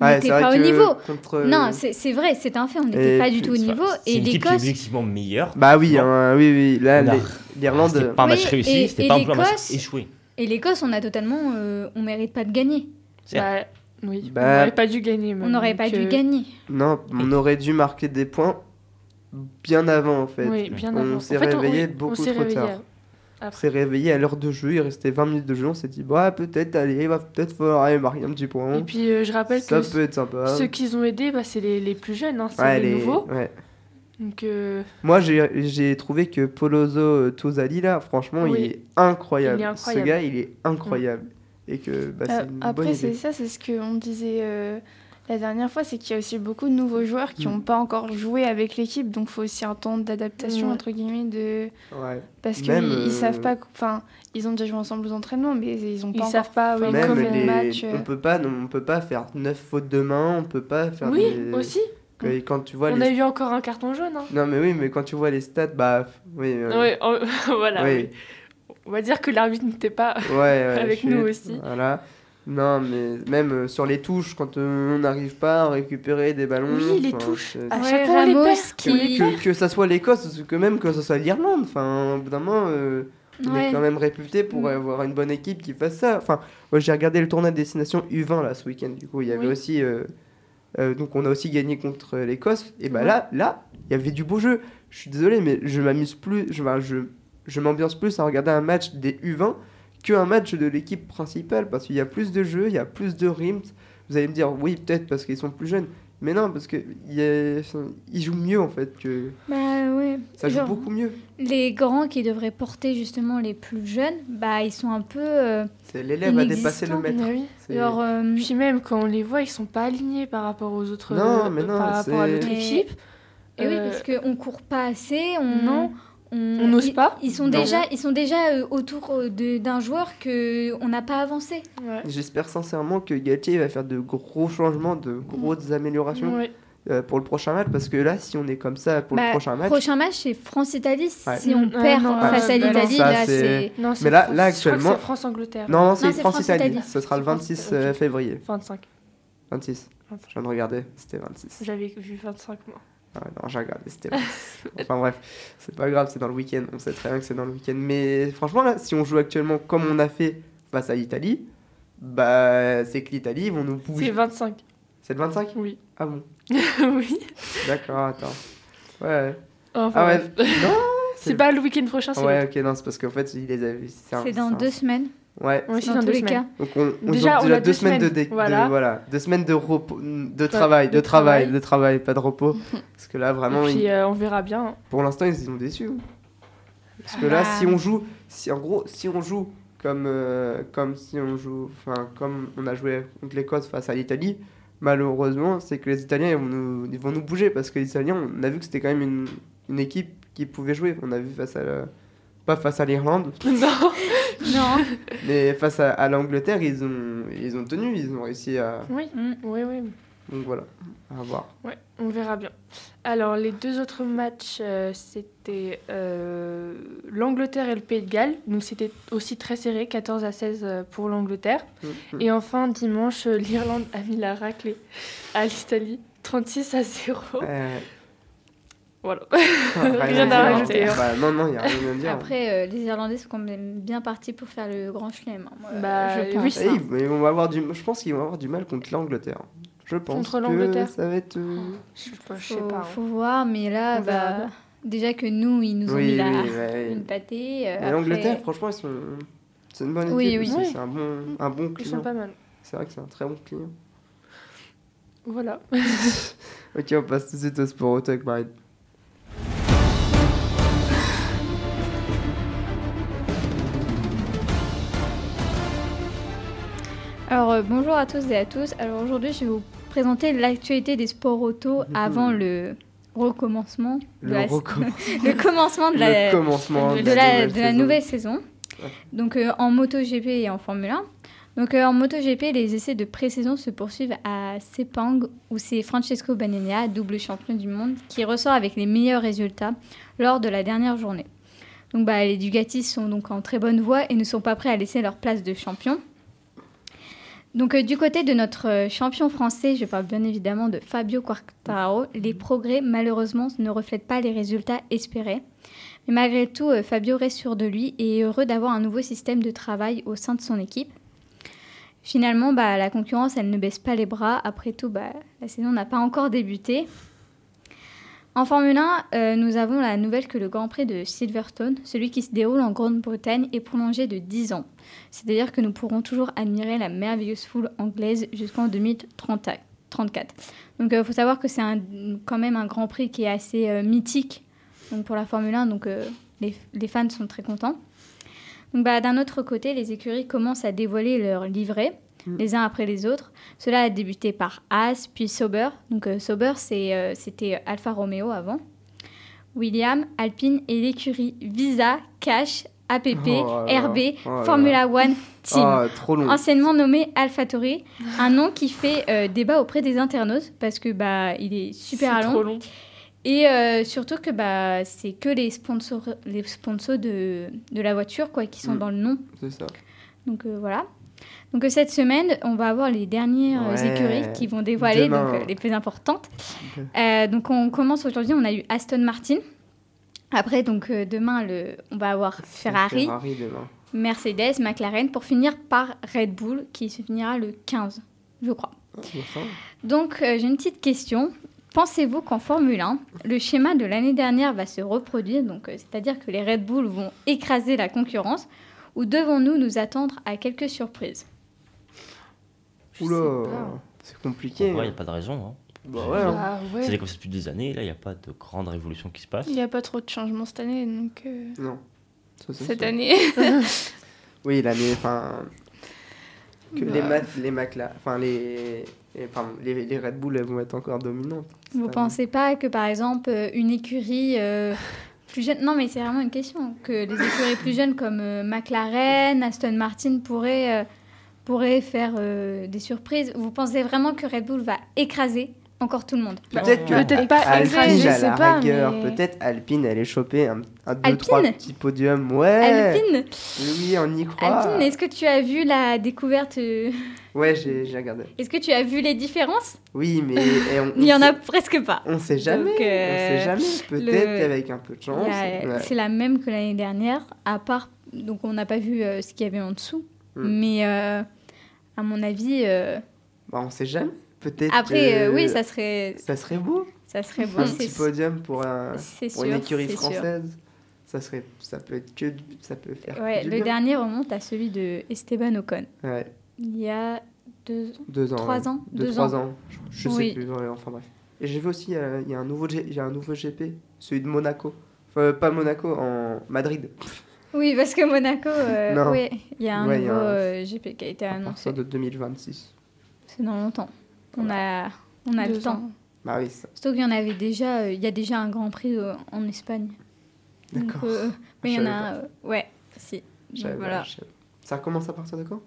S6: On
S3: Ouais,
S6: n'était
S3: c'est vrai
S6: pas au
S3: que
S6: niveau.
S3: Contre... euh,
S6: Non, c'est c'est vrai, c'est un fait, on
S3: Et
S6: n'était pas du
S3: puis,
S6: tout au
S5: Enfin,
S6: niveau.
S5: Euh, C'est
S6: Et
S5: une équipe qui est
S6: l'Écosse,
S5: objectivement meilleure.
S3: Bah oui,
S5: Non.
S3: hein, oui, oui. Là,
S5: On a-
S3: les- l'Irlande.
S5: C'était pas un match
S6: Oui,
S5: réussi,
S6: et-
S5: c'était
S6: et
S5: pas un peu un match
S6: l'Écosse-
S5: échoué.
S6: et l'Écosse, on a totalement, euh, on mérite pas de gagner.
S5: C'est
S4: Bah, oui,
S3: Bah,
S4: on n'aurait pas dû gagner.
S6: On
S4: même,
S6: n'aurait pas
S4: donc,
S6: dû
S4: euh,
S6: gagner.
S3: Non, on aurait dû marquer des points bien avant, en fait.
S4: Oui, bien
S3: On
S4: avant. En
S3: s'est
S4: fait,
S3: réveillé
S4: on- on
S3: beaucoup
S4: s'est
S3: trop
S4: réveillé
S3: tard. On
S4: après.
S3: s'est réveillé à l'heure de jeu, il restait 20 minutes de jeu, on s'est dit, bah peut-être, allez, va peut-être falloir aller marquer un petit point.
S4: Et puis euh, je rappelle
S3: Ça
S4: que
S3: peut être sympa.
S4: ceux qu'ils ont aidés, bah, c'est les, les plus jeunes, hein, c'est
S3: Ouais,
S4: les,
S3: les-
S4: nouveaux.
S3: ouais.
S4: Donc, euh,
S3: Moi, j'ai j'ai trouvé que Polozo Tozali, là, franchement, il
S4: Oui.
S3: est incroyable.
S4: Il est incroyable.
S3: Ce gars, il est incroyable. Et que bah, c'est
S7: Euh,
S3: une bonne
S7: Après, c'est
S3: idée.
S7: ça, c'est ce qu'on disait euh, la dernière fois, c'est qu'il y a aussi beaucoup de nouveaux joueurs qui
S3: Mm.
S7: n'ont pas encore joué avec l'équipe, donc il faut aussi un temps d'adaptation,
S4: Ouais.
S7: entre guillemets, de...
S3: Ouais.
S7: parce qu'ils
S3: Même,
S7: ne
S3: euh,
S7: savent pas, qu'- enfin, ils ont déjà joué ensemble aux entraînements, mais ils n'ont
S4: ils
S7: pas
S4: savent pas oui,
S3: Même
S4: comment.
S7: le
S3: les...
S7: match, euh.
S3: on, peut pas, non, on peut pas faire 9 fautes de main, on peut pas faire
S4: Oui,
S3: des-
S4: aussi.
S3: Que- et quand tu vois
S4: on
S3: les...
S4: a eu encore un carton jaune. Hein.
S3: Non mais oui, mais quand tu vois les stats, bah oui. euh,
S4: Ouais, on- (laughs) voilà.
S3: oui,
S4: oui. On va dire que l'arbitre n'était pas.
S3: ouais, ouais,
S4: (laughs) Avec
S3: je suis-
S4: nous aussi.
S3: Voilà. Non mais même euh, sur les touches, quand euh, on n'arrive pas à récupérer des ballons.
S4: Oui, les
S3: enfin,
S4: touches.
S3: c'est-
S4: À
S6: Ouais,
S4: chaque fois, on les
S6: Ramos
S4: perd.
S6: qui-
S3: Que, que, que ça soit l'Écosse ou que même que ça soit l'Irlande, enfin, au bout d'un moment, euh, on est
S6: Ouais.
S3: quand même réputé pour
S6: Mm.
S3: avoir une bonne équipe qui fasse ça. Enfin, moi j'ai regardé le tournoi de destination U20 là ce week-end, du coup, il y avait
S4: Oui.
S3: aussi. euh, euh, donc on a aussi gagné contre l'Écosse, et bah là, là, il y avait du beau jeu. Je suis désolé, mais je m'amuse plus, je, ben, je, je m'ambiance plus à regarder un match des U20 qu'un match de l'équipe principale, parce qu'il y a plus de jeux, il y a plus de rims. Vous allez me dire, oui, peut-être parce qu'ils sont plus jeunes. Mais non, parce qu'ils jouent mieux en fait. Que...
S6: Bah ouais.
S3: Ça joue
S6: Genre,
S3: beaucoup mieux.
S6: Les grands qui devraient porter justement les plus jeunes, bah ils sont un peu. euh,
S3: C'est l'élève à dépasser le
S6: Inexistant,
S3: maître.
S4: Ah oui.
S3: C'est-
S6: genre, euh,
S4: Puis même quand on les voit, ils sont pas alignés par rapport aux autres.
S3: Non,
S4: euh,
S3: mais non,
S4: par rapport à
S3: c'est-
S4: l'autre
S6: Mais-
S4: équipe.
S6: Et oui,
S4: Euh,
S6: parce qu'on court pas assez, on
S4: non,
S6: on
S4: on n'ose
S6: ils-
S4: pas.
S6: Ils sont
S3: Non.
S6: déjà, ils sont déjà euh, autour euh, de- d'un joueur que on n'a pas avancé.
S4: Ouais.
S6: Mm.
S3: J'espère sincèrement que Galtier va faire de gros changements, de grosses améliorations.
S4: Ouais.
S3: euh, pour le prochain match parce que là, si on est comme ça pour
S6: Bah,
S3: le prochain match,
S6: Prochain match, c'est France-Italie.
S3: Ouais.
S6: Si on
S4: Mm,
S6: perd
S4: non,
S6: face
S4: ouais,
S6: à
S4: bah non.
S6: l'Italie,
S3: Ça,
S6: là,
S3: c'est-
S6: c'est.
S4: Non, c'est
S3: Mais là-
S4: France-
S3: là,
S4: je crois que
S3: actuellement-
S4: c'est France-Angleterre.
S3: non, non, c'est
S6: c'est
S3: France-Italie.
S6: France-Italie.
S3: Ce sera le
S4: C'est France-
S3: 26 euh,
S4: ok.
S3: février.
S4: 25.
S3: 26. Je
S4: 25.
S3: viens de regarder, c'était 26.
S4: J'avais vu 25 mois.
S3: Ah ouais, non, j'ai regardé,
S4: (laughs)
S3: c'était 26. Enfin bref, c'est pas grave, c'est dans le week-end. On sait très bien que c'est dans le week-end. Mais franchement, là, si on joue actuellement comme on a fait face à l'Italie, bah c'est que l'Italie, ils vont nous
S4: C'est
S3: bouger.
S4: 25,
S3: C'est le 25 (laughs)
S4: oui.
S3: Ah bon
S4: oui.
S3: D'accord, attends. Ouais.
S4: Enfin,
S3: Ah ouais.
S4: bref. Bah,
S3: Non
S4: (laughs) C'est pas le week-end prochain, c'est
S3: Ouais,
S4: l'autre.
S3: ok, non, c'est parce qu'en fait, il les a un-
S6: C'est dans
S3: un-
S6: deux semaines,
S3: Ouais.
S4: Oui, c'est
S6: dans, tous
S4: deux
S6: les
S4: semaines.
S6: cas.
S3: Donc on, on joue
S4: Déjà, on
S3: déjà
S4: a
S3: deux
S4: deux
S3: semaines de,
S4: semaines.
S3: dé- de-
S4: Voilà.
S3: voilà, deux semaines de repos, de travail, de
S4: de
S3: travail,
S4: travail.
S3: de travail, pas de
S4: (laughs)
S3: repos. Parce que là
S4: Et
S3: vraiment,
S4: puis
S3: ils-
S4: euh, on verra
S3: (laughs)
S4: bien. hein.
S3: pour l'instant ils sont déçus. hein. Parce que là,
S6: Bah.
S3: si on joue, si en gros, si on joue comme euh, comme si on joue, enfin comme on a joué contre l'Écosse face à l'Italie, malheureusement, c'est que les Italiens ils vont nous, ils vont nous bouger parce que les Italiens, on a vu que c'était quand même une, une équipe qui pouvait jouer. On a vu face à la- pas face à l'Irlande,
S4: non,
S6: Non.
S3: mais face à, à l'Angleterre, ils ont ils ont tenu, ils ont réussi à
S4: oui.
S6: Mm.
S4: Oui, oui.
S3: donc voilà, à voir.
S4: Ouais, on verra bien. Alors, les deux autres matchs, euh, c'était euh, l'Angleterre et le Pays de Galles. Donc, c'était aussi très serré, 14 à 16 euh, pour l'Angleterre.
S3: Mm,
S4: Et enfin, dimanche, euh, l'Irlande a mis la raclée à l'Italie, 36 à 0.
S3: Euh,
S4: Voilà.
S3: rien à dire.
S4: à rajouter, hein.
S3: Bah, non, non, il n'y a rien à dire.
S6: Après, euh, les Irlandais sont quand même bien partis pour faire le grand chelem. hein, moi,
S4: Bah,
S6: je pense.
S4: oui,
S3: Eh, ils- mais on va avoir du, je pense qu'ils vont avoir du mal contre l'Angleterre. Je pense
S4: Contre
S3: que
S4: l'Angleterre.
S3: ça va être. euh,
S4: Je, je hein.
S6: Faut, faut voir, mais là,
S4: On verra
S6: bah,
S4: bien.
S6: déjà que nous, ils nous ont
S3: Oui,
S6: mis la-
S3: oui, ouais.
S6: une pâtée. euh,
S3: Mais
S6: après-
S3: L'Angleterre, franchement, ils sont. C'est une bonne équipe.
S6: Oui, oui. Mm.
S3: aussi,
S4: Oui.
S3: C'est un bon, un bon
S4: Ils sont
S3: client.
S4: pas mal.
S3: C'est vrai que c'est un très bon client.
S4: Voilà.
S3: Ok, on passe tout de suite au sport auto avec Marine.
S6: Alors euh, bonjour à tous et à tous. Alors aujourd'hui, je vais vous présenter l'actualité des sports auto avant le recommencement de
S3: Mhm. Le,
S6: la-
S3: recomm-
S6: le commencement de
S3: (laughs)
S6: la,
S3: le commencement
S6: de la, de la
S3: saison.
S6: nouvelle saison.
S3: Ouais.
S6: Donc euh, en MotoGP et en Formule 1. Donc euh, en MotoGP, les essais de pré-saison se poursuivent à Sepang où c'est Francesco Bagnaia, double champion du monde, qui ressort avec les meilleurs résultats lors de la dernière journée. Donc bah, les Ducati sont donc en très bonne voie et ne sont pas prêts à laisser leur place de champion. Donc euh, du côté de notre euh, champion français, je parle bien évidemment de Fabio Quartararo, les progrès malheureusement ne reflètent pas les résultats espérés. Mais malgré tout, euh, Fabio reste sûr de lui et est heureux d'avoir un nouveau système de travail au sein de son équipe. Finalement, bah, la concurrence, elle ne baisse pas les bras. Après tout, bah, la saison n'a pas encore débuté. En Formule 1, euh, nous avons la nouvelle que le Grand Prix de Silverstone, celui qui se déroule en Grande-Bretagne, est prolongé de 10 ans. C'est-à-dire que nous pourrons toujours admirer la merveilleuse foule anglaise jusqu'en 2034. Donc il faut savoir que c'est un- quand même un Grand Prix qui est assez euh, mythique donc pour la Formule 1, donc euh, les, les fans sont très contents. Donc, bah, D'un autre côté, les écuries commencent à dévoiler leurs livrets,
S3: Mm.
S6: les uns après les autres. Cela a débuté par Haas, puis Sauber. Donc euh, Sauber, c'est, euh, c'était Alfa Romeo avant. William, Alpine et l'écurie Visa, Cash, APP,
S3: Oh là là.
S6: RB,
S3: Oh là là.
S6: Formula One Team
S3: Ah, trop long.
S6: anciennement nommé AlphaTauri, un nom qui fait euh, débat auprès des internautes parce que bah il est super
S4: C'est
S6: long.
S4: trop long.
S6: Et euh, surtout que bah c'est que les sponsors les sponsors de, de la voiture quoi qui sont
S3: Mm.
S6: dans le nom.
S3: C'est ça.
S6: Donc euh, voilà. Donc euh, cette semaine, on va avoir les dernières euh,
S3: Ouais.
S6: écuries qui vont dévoiler
S3: Demain.
S6: donc, euh, les plus importantes.
S3: Ok.
S6: Euh, donc on commence aujourd'hui, on a eu Aston Martin. Après donc euh, demain le on va avoir Ferrari.
S3: Ferrari demain.
S6: Mercedes, McLaren, pour finir par Red Bull, qui se finira le 15, je crois.
S3: Ah, bon sang.
S6: Donc, euh, j'ai une petite question. Pensez-vous qu'en Formule 1, le schéma de l'année dernière va se reproduire, donc euh, c'est-à-dire que les Red Bull vont écraser la concurrence, ou devons-nous nous attendre à quelques surprises
S4: Je sais
S3: Oula,
S4: pas.
S3: c'est compliqué.
S5: Pourquoi Il n'y a pas de raison. Hein.
S3: Bah ouais, hein.
S4: Ah ouais.
S5: C'est comme ça depuis des années. Là, il n'y a pas de grande révolution qui se passe.
S7: Il n'y a pas trop de changements cette année, donc euh,
S3: Non. Ça, c'est
S7: cette
S3: sûr.
S7: année.
S3: Oui, l'année, enfin. Que les,
S7: Bah.
S3: Mac, les Mac là, enfin les, les, pardon, les, les Red Bull elles vont être encore dominantes.
S6: Vous
S3: Ça-
S6: pensez pas que, par exemple, euh, une écurie
S3: (laughs)
S6: euh, plus jeune... Non, mais c'est vraiment une question. Que les écuries plus jeunes comme euh, McLaren, Aston Martin pourraient, euh, pourraient faire euh, des surprises. Vous pensez vraiment que Red Bull va écraser encore tout le monde.
S7: Bah,
S3: Peut-être que
S4: Peut-être pas
S3: Alpine,
S4: Alpine,
S7: je
S3: à
S7: sais
S3: la
S7: pas,
S3: rigueur,
S7: mais-
S3: peut-être Alpine, elle est chopée un, un deux,
S6: Alpine
S3: trois petits podiums. Ouais,
S6: Alpine,
S3: oui, on y croit.
S6: Alpine, est-ce que tu as vu la découverte euh,
S3: Ouais, j'ai j'ai regardé.
S6: Est-ce que tu as vu les différences
S3: Oui, mais eh, on, on
S6: (laughs) Il n'y en
S3: sait-
S6: a presque pas.
S3: On sait jamais.
S6: Donc, euh,
S3: on sait jamais. Peut-être
S6: le-
S3: qu'avec un peu de chance.
S6: Il y a-
S3: ouais.
S6: C'est la même que l'année dernière, à part. Donc, on n'a pas vu euh, ce qu'il y avait en dessous.
S3: Hmm.
S6: Mais euh, à mon avis, euh,
S3: Bah, on sait jamais. Peut-être.
S6: après, euh,
S3: que
S6: oui, ça serait,
S3: ça serait beau.
S6: ça serait bon.
S3: Un
S6: c'est
S3: petit podium pour, un-
S6: c'est
S3: pour une
S6: sûr,
S3: écurie
S6: c'est sûr.
S3: française. Ça serait, ça peut être que, du- ça peut faire. que
S6: Ouais,
S3: du
S6: le
S3: bien.
S6: dernier remonte à celui de Esteban Ocon.
S3: Ouais,
S6: Il y a deux ans.
S3: deux ans.
S6: Trois
S3: ouais.
S6: ans,
S3: Deux,
S6: deux
S3: trois ans. Je, je sais
S6: Oui.
S3: plus. ouais, enfin bref. Et j'ai vu aussi, il y a- il y, a un nouveau, G- il y a un nouveau GP, celui de Monaco. Enfin, euh, pas Monaco, en Madrid.
S6: Oui, parce que Monaco, euh,
S3: Non.
S6: ouais, il y a un
S3: Ouais, il y a
S6: nouveau
S3: un-
S6: euh, GP qui a été
S3: À
S6: annoncé.
S3: partir de 2026.
S6: C'est dans longtemps. On a, on
S7: (laughs)
S6: a le
S4: Deux
S6: temps.
S4: ans.
S3: Bah oui, ça.
S6: Surtout qu'il y en avait déjà, euh, il y a déjà un Grand Prix euh, en Espagne. Donc,
S3: D'accord.
S6: euh, mais il y
S3: Je
S6: en a
S3: savais
S6: un, euh, ouais, si. Donc,
S3: J'avais-
S6: voilà.
S3: j'avais- Ça recommence à partir de quand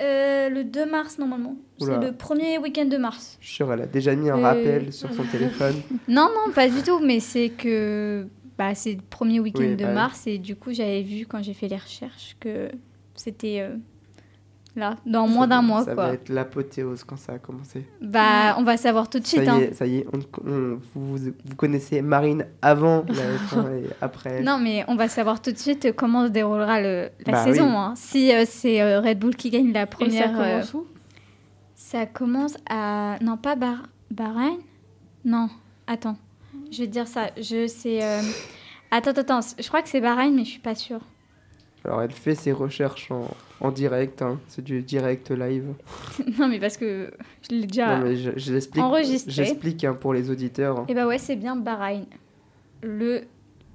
S6: Euh, le 2 mars normalement.
S3: Oula.
S6: C'est le premier week-end de mars.
S3: Je suis sûr, elle a déjà mis un
S6: Euh.
S3: rappel sur son
S6: (laughs)
S3: téléphone.
S6: Non, non, pas du tout, mais c'est que bah, c'est le premier week-end
S3: Oui,
S6: de
S3: bah oui.
S6: mars et du coup j'avais vu quand j'ai fait les recherches que c'était euh, là, dans moins d'un mois
S3: ça
S6: quoi.
S3: va être l'apothéose quand ça a commencé.
S6: Bah on va savoir tout de
S3: Ça
S6: suite.
S3: y
S6: hein.
S3: est, ça y est, on- on- vous, vous connaissez Marine avant la
S6: (laughs)
S3: F1 et après.
S6: Non, mais on va savoir tout de suite comment se déroulera le- la
S3: Bah
S6: saison.
S3: oui.
S6: hein. Si euh, c'est euh, Red Bull qui gagne la
S4: Et ça
S6: première, euh,
S4: commence où
S6: ça commence à non pas Bar- Bahreïn, non. Attends, je vais te dire ça. Je c'est euh, attends attends. Je crois que c'est Bahreïn, mais je suis pas sûre.
S3: Alors elle fait ses recherches en, en direct, hein. c'est du direct live.
S6: (laughs) non, mais parce que je l'ai déjà.
S3: Non mais je, je l'explique.
S6: Ah. Enregistré.
S3: J'explique hein, pour les auditeurs.
S6: Et bah ouais, c'est bien Bahreïn. Le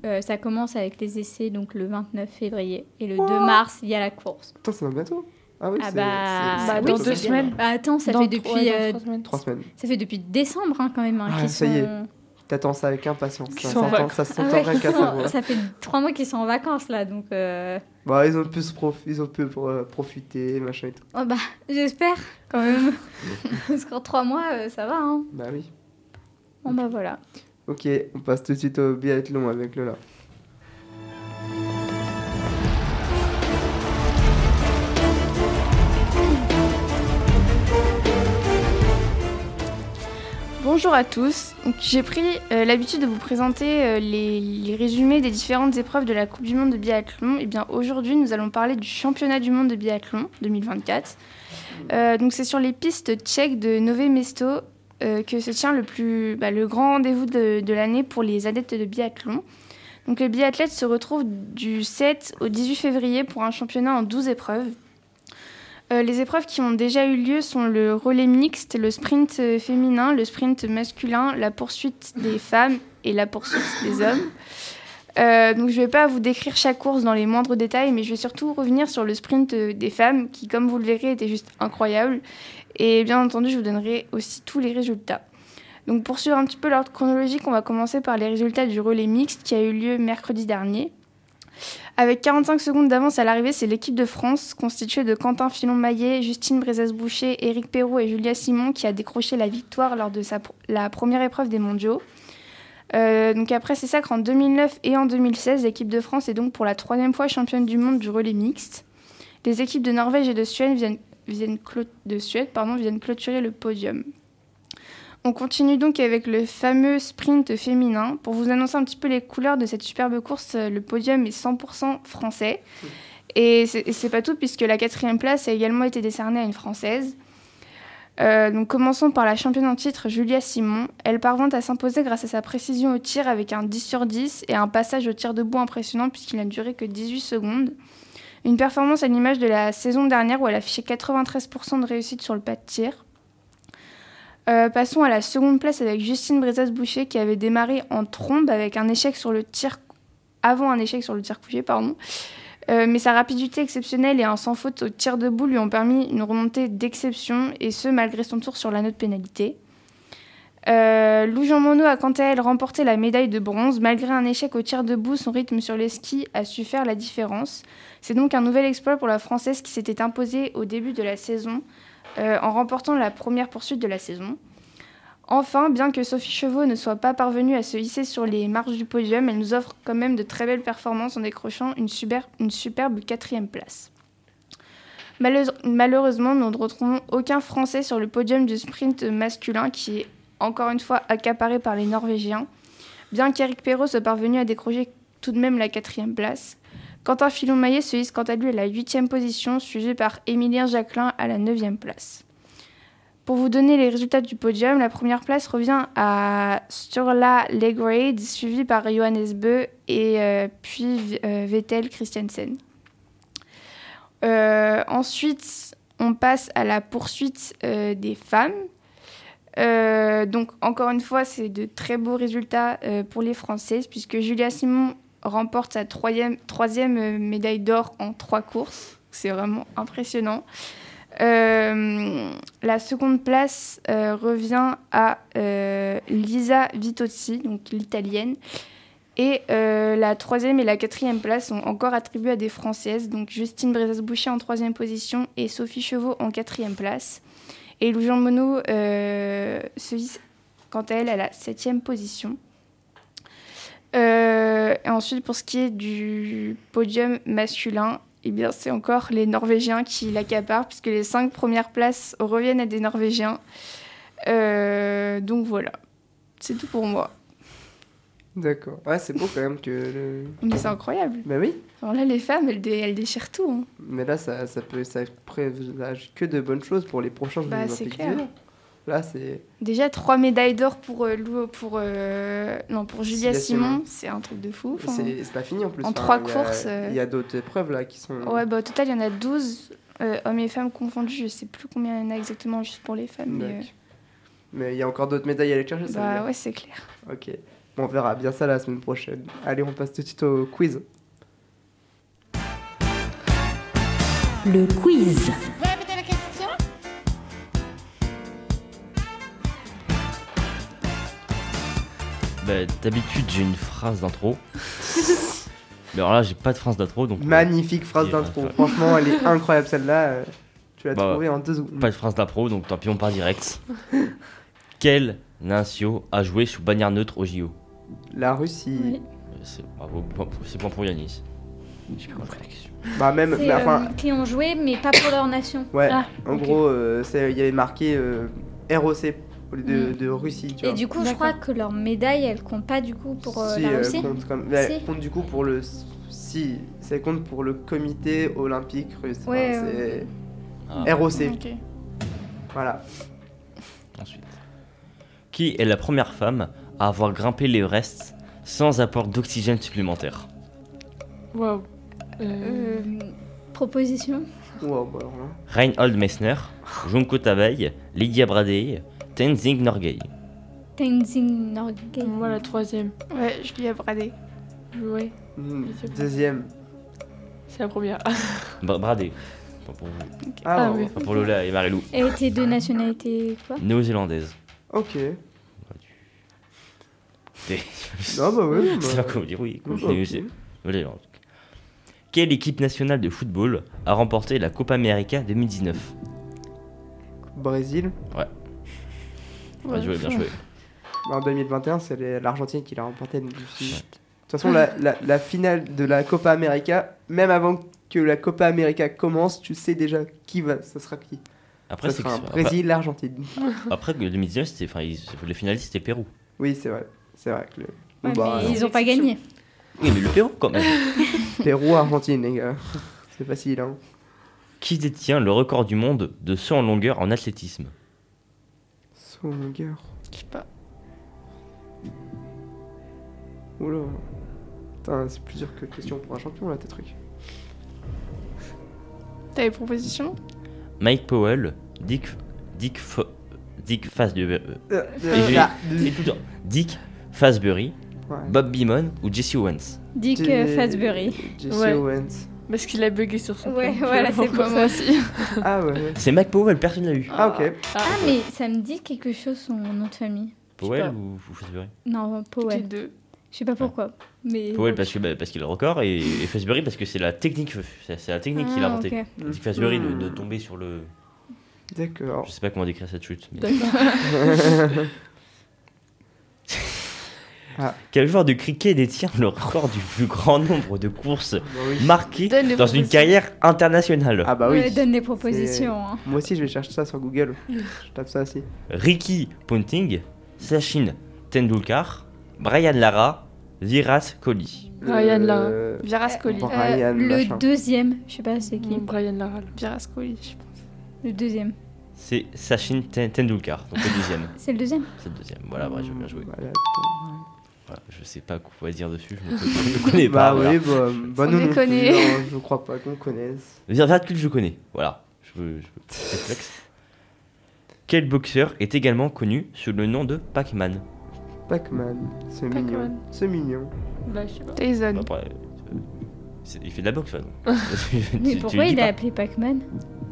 S6: euh, ça commence avec les essais donc le 29 février et le 2 mars il y a la course.
S3: Putain, c'est dans bientôt. Ah oui,
S6: Ah
S3: c'est-
S6: bah,
S3: c'est-
S4: Bah,
S3: c'est
S4: dans
S3: pas ça.
S4: deux semaines.
S6: Bah, attends, ça
S4: Dans
S6: fait
S4: trois- ouais,
S6: depuis
S4: dans
S6: euh,
S4: trois semaines.
S3: Trois semaines.
S6: Ça fait depuis décembre hein, quand même. Hein,
S3: Ah,
S6: qu'ils
S3: ça y est.
S6: sont-
S3: T'attends ça avec impatience. hein.
S4: Qui
S3: Ça
S4: sont en
S3: s'entend ça
S6: Ah
S3: s'entend
S6: ouais,
S3: rien
S6: qu'ils (laughs)
S3: qu'à
S6: sont-
S3: sa voix.
S6: ça fait trois mois qu'ils sont en vacances là, donc euh,
S3: Bah, ils ont pu, se prof- ils ont pu euh, profiter, machin et tout.
S6: oh bah, j'espère quand même.
S3: (laughs)
S6: Parce qu'en trois mois, euh, ça va. Hein.
S3: Bah oui.
S6: Bon bah voilà.
S3: Ok, on passe tout de suite au biathlon avec Lola.
S7: Bonjour à tous. Donc, J'ai pris euh, l'habitude de vous présenter euh, les, les résumés des différentes épreuves de la Coupe du Monde de biathlon. Et bien aujourd'hui, nous allons parler du Championnat du Monde de biathlon 2024. Euh, donc c'est sur les pistes tchèques de Nové Mesto euh, que se tient le plus bah, le grand rendez-vous de, de l'année pour les adeptes de biathlon. Donc les biathlètes se retrouvent du 7 au 18 février pour un championnat en 12 épreuves. Euh, les épreuves qui ont déjà eu lieu sont le relais mixte, le sprint euh, féminin, le sprint masculin, la poursuite des femmes et la poursuite des hommes. Euh, donc je ne vais pas vous décrire chaque course dans les moindres détails, mais je vais surtout revenir sur le sprint euh, des femmes qui, comme vous le verrez, était juste incroyable. Et bien entendu, je vous donnerai aussi tous les résultats. Donc pour suivre un petit peu l'ordre chronologique, on va commencer par les résultats du relais mixte qui a eu lieu mercredi dernier. Avec 45 secondes d'avance à l'arrivée, c'est l'équipe de France, constituée de Quentin Filon-Maillet, Justine Brezas-Boucher, Éric Perrault et Julia Simon, qui a décroché la victoire lors de sa pr- la première épreuve des mondiaux. Euh, donc après ces sacres en 2009 et en 2016, l'équipe de France est donc pour la troisième fois championne du monde du relais mixte. Les équipes de Norvège et de Suède viennent, viennent clo- de Suède, pardon, viennent clôturer le podium. On continue donc avec le fameux sprint féminin. Pour vous annoncer un petit peu les couleurs de cette superbe course, euh, le podium est 100% français. Et c'est et c'est pas tout, puisque la quatrième place a également été décernée à une Française. Euh, donc commençons par la championne en titre, Julia Simon. Elle parvint à s'imposer grâce à sa précision au tir avec un 10 sur 10 et un passage au tir debout impressionnant puisqu'il n'a duré que 18 secondes. Une performance à l'image de la saison dernière où elle affichait 93% de réussite sur le pas de tir. Euh, passons à la seconde place avec Justine Brezas-Boucher qui avait démarré en trombe avec un échec sur le tir avant un échec sur le tir couché pardon. Euh, mais sa rapidité exceptionnelle et un sans faute au tir debout lui ont permis une remontée d'exception et ce malgré son tour sur l'anneau de pénalité. Euh, Lou Jean Monod a quant à elle remporté la médaille de bronze. Malgré un échec au tir debout, son rythme sur les skis a su faire la différence. C'est donc un nouvel exploit pour la Française qui s'était imposée au début de la saison euh, en remportant la première poursuite de la saison. Enfin, bien que Sophie Chevaux ne soit pas parvenue à se hisser sur les marches du podium, elle nous offre quand même de très belles performances en décrochant une, super- une superbe quatrième place. Malheuse- Malheureusement, nous ne retrouvons aucun Français sur le podium du sprint masculin qui est encore une fois accaparé par les Norvégiens, bien qu'Eric Perrault soit parvenu à décrocher tout de même la quatrième place. Quentin Filon-Maillet se hisse quant à lui à la huitième position, suivi par Émilien Jacquelin à la neuvième place. Pour vous donner les résultats du podium, la première place revient à Sturla Legrade, suivi par Johannes Bö et euh, puis V- euh, Vettel Christiansen. Euh, ensuite, on passe à la poursuite euh, des femmes. Euh, donc, encore une fois, c'est de très beaux résultats euh, pour les Françaises, puisque Julia Simon remporte sa troisième, troisième euh, médaille d'or en trois courses. C'est vraiment impressionnant. Euh, la seconde place euh, revient à euh, Lisa Vitozzi, donc l'italienne. Et euh, la troisième et la quatrième place sont encore attribuées à des Françaises, donc Justine Brezas-Boucher en troisième position et Sophie Chevaux en quatrième place. Et Lou Jean Monod euh, se hisse quant à elle à la septième position. Euh, et ensuite, pour ce qui est du podium masculin, eh bien, c'est encore les Norvégiens qui l'accaparent, puisque les cinq premières places reviennent à des Norvégiens. Euh, donc voilà, c'est tout pour moi.
S3: D'accord. Ouais, c'est beau quand même que. Le...
S7: Mais c'est incroyable.
S3: Bah oui.
S7: Alors là, les femmes, elles, dé- elles déchirent tout. hein.
S3: Mais là, ça, ça peut, ça présage que de bonnes choses pour les prochains Jeux
S7: Bah, c'est
S3: Olympiques
S7: clair.
S3: d'hiver. Là, c'est.
S7: Déjà, trois médailles d'or pour euh, Lou- pour euh, non pour Julia
S3: Julia
S7: Simon,
S3: Simon.
S7: c'est un truc de fou. enfin.
S3: C'est c'est pas fini en plus.
S7: hein. en trois
S3: il y a-
S7: courses,
S3: Il
S7: euh.
S3: y a, d'autres épreuves là qui sont.
S7: Ouais, bah au total, il y en a 12 euh, hommes et femmes confondus. Je sais plus combien il y en a exactement juste pour les femmes. Mais,
S3: D'accord. Mais il y a encore d'autres médailles à aller chercher,
S7: euh,
S3: ça
S7: bah
S3: veut
S7: ouais, c'est clair.
S3: dire. Ok. Bon, on verra bien ça la semaine prochaine. Allez, on passe tout de suite au quiz.
S1: Le quiz.
S5: Bah, D'habitude, j'ai une phrase d'intro. Mais alors là, j'ai pas de phrase d'intro, donc. euh,
S3: Magnifique phrase
S5: Il
S3: d'intro.
S5: va falloir-
S3: Franchement, elle est incroyable celle-là. euh, Tu l'as
S5: Bah,
S3: trouvée en deux secondes.
S5: Pas de phrase d'impro, donc tant pis, on part direct. Quel Nincio a joué sous bannière neutre au JO
S3: La Russie.
S6: Oui.
S5: Euh, C'est bravo, point pour- c'est point pour Yanis. J'ai pas compris la question.
S3: Bah même.
S6: C'est
S3: mais enfin,
S6: euh, qui ont joué, mais pas pour leur nation.
S3: ouais.
S7: Ah,
S3: en
S7: ok.
S3: gros, euh, c'est- il y avait marqué euh, ROC au lieu de,
S6: Mm.
S3: de Russie. Tu
S6: Et
S3: vois.
S6: du coup, je
S7: D'accord.
S6: crois que leur médaille, elle compte pas du coup pour euh,
S3: Si,
S6: la
S3: euh,
S6: Russie.
S3: compte, comme- bah,
S6: Si.
S3: compte du coup pour le. Si, ça compte pour le comité olympique russe. Enfin,
S6: Ouais,
S3: c'est
S5: Ah,
S3: ROC.
S7: Ok.
S3: Voilà.
S5: ensuite. Qui est la première femme à avoir grimpé l'Everest sans apport d'oxygène supplémentaire
S4: Waouh. Euh,
S6: Euh, proposition.
S3: Wow, bah, alors là.
S5: Reinhold Messner, Junko Tabei, Lydia Bradey, Tenzing Norgay.
S6: Tenzing Norgay.
S4: Moi, la troisième.
S7: Ouais, je lui ai bradé.
S4: Ouais,
S3: Mm,
S4: Je sais pas.
S3: Deuxième.
S4: c'est la première. (laughs)
S5: Bra- Bradey. Pas pour vous.
S3: Ah,
S4: Ah,
S3: bon.
S4: oui.
S5: Pas pour Lola et Marilou.
S6: Elle était de nationalité quoi
S5: Néo-zélandaise. (laughs)
S3: Ok.
S5: C'est
S3: Non, bah oui. bah-
S5: pas comment dire oui. quoi.
S3: Ok.
S5: Néo-zé- Néo-zélandais. Quelle équipe nationale de football a remporté la Copa América 2019
S3: Brésil.
S5: Ah, Bien joué, bien joué.
S3: En 2021, c'est les- l'Argentine qui l'a remporté. donc je suis- De toute façon, la, la- la finale de la Copa América, même avant que la Copa América commence, tu sais déjà qui va, ça sera qui.
S5: Après,
S3: Ça
S5: c'est que-
S3: sera
S5: après,
S3: Brésil, l'Argentine.
S5: après que 2019, c'était, enfin, ils- le finaliste c'était le Pérou.
S3: Oui, c'est vrai. C'est vrai que le
S6: Ouais,
S3: bah,
S6: mais
S3: non.
S6: ils ont pas gagné.
S5: Oui, mais le Pérou quand même.
S3: euh, Pérou, Argentine, les gars. (laughs) C'est facile, hein.
S5: Qui détient le record du monde de saut en longueur en athlétisme
S3: Saut en longueur.
S7: Je sais pas.
S3: Oula. Putain, c'est plusieurs que- questions pour un champion, là, tes trucs.
S7: T'as les propositions
S5: Mike Powell, Dick, Dick, Fa- Dick Fasbury,
S3: Euh,
S5: Et j'ai-
S3: ah,
S5: et tout dans- Dick Fazbury,
S3: ouais.
S5: Bob Beamon ou Jesse Owens.
S6: Dick
S3: J'ai-
S6: euh, Fazbury.
S3: Jesse
S4: Ouais.
S3: Owens.
S4: Parce qu'il a bugué sur son
S6: Ouais,
S4: plan.
S6: voilà, c'est pour
S7: Moi
S6: ça.
S7: aussi. (laughs)
S3: Ah ouais. ouais.
S5: C'est Mike Powell, personne n'a eu.
S3: Ah ok.
S6: Ah, mais ça me dit quelque chose son nom de famille.
S5: Powell ou, ou Fazbury
S6: Non,
S7: Les
S6: Powell.
S7: deux.
S6: Je sais pas pourquoi. Mais.
S5: Powell parce que bah, parce qu'il a le record et, et Fazbury parce que c'est la technique, c'est c'est la technique qu'il a
S6: Ah,
S5: inventée.
S6: ok.
S5: Dick Fazbury de,
S3: Hmm.
S5: de tomber sur le,
S3: D'accord.
S5: (laughs) je sais pas comment décrire cette chute. mais-
S3: Ah.
S5: Quel joueur de cricket détient le record du plus grand nombre de courses marquées
S7: Donne les
S5: dans une
S7: propositions.
S5: carrière internationale
S3: Bah Ah bah oui.
S6: Ouais, Euh, donne des propositions. hein.
S3: Moi aussi, je vais chercher ça sur Google. Je tape ça
S6: (laughs)
S3: aussi.
S5: Ricky Ponting, Sachin Tendulkar, Brian Lara, Viras Kohli.
S4: Brian Lara.
S3: Euh,
S7: Virascoli.
S3: Bon.
S7: Euh,
S3: Brian,
S6: Euh,
S3: machin.
S6: le deuxième, je sais pas c'est qui.
S4: Brian Laral.
S7: Virascoli, je sais pas.
S6: Le deuxième.
S5: C'est Sachin Ten- Tendulkar, donc le deuxième.
S6: C'est le deuxième.
S5: C'est le deuxième. Voilà, bref, je bien joué.
S3: Voilà.
S5: Voilà, je sais pas quoi dire dessus, je
S3: (laughs)
S5: ne connais pas.
S3: Bah
S5: voilà.
S3: oui, bah, bah
S7: Sans
S3: nous non plus,
S7: déconner.
S3: hein, je crois pas qu'on connaisse.
S5: Vir- Virascoli, je connais. Voilà. Je veux, je veux- c'est complexe. Quel boxeur est également connu sous le nom de Pac-Man
S3: Pac-Man, c'est
S4: Pac-Man.
S3: mignon. C'est mignon.
S4: Bah, je sais pas.
S7: Tyson.
S5: Après, euh, c'est- Il fait de la boxe, pardon. (laughs)
S3: (laughs)
S6: Mais pourquoi il a appelé Pac-Man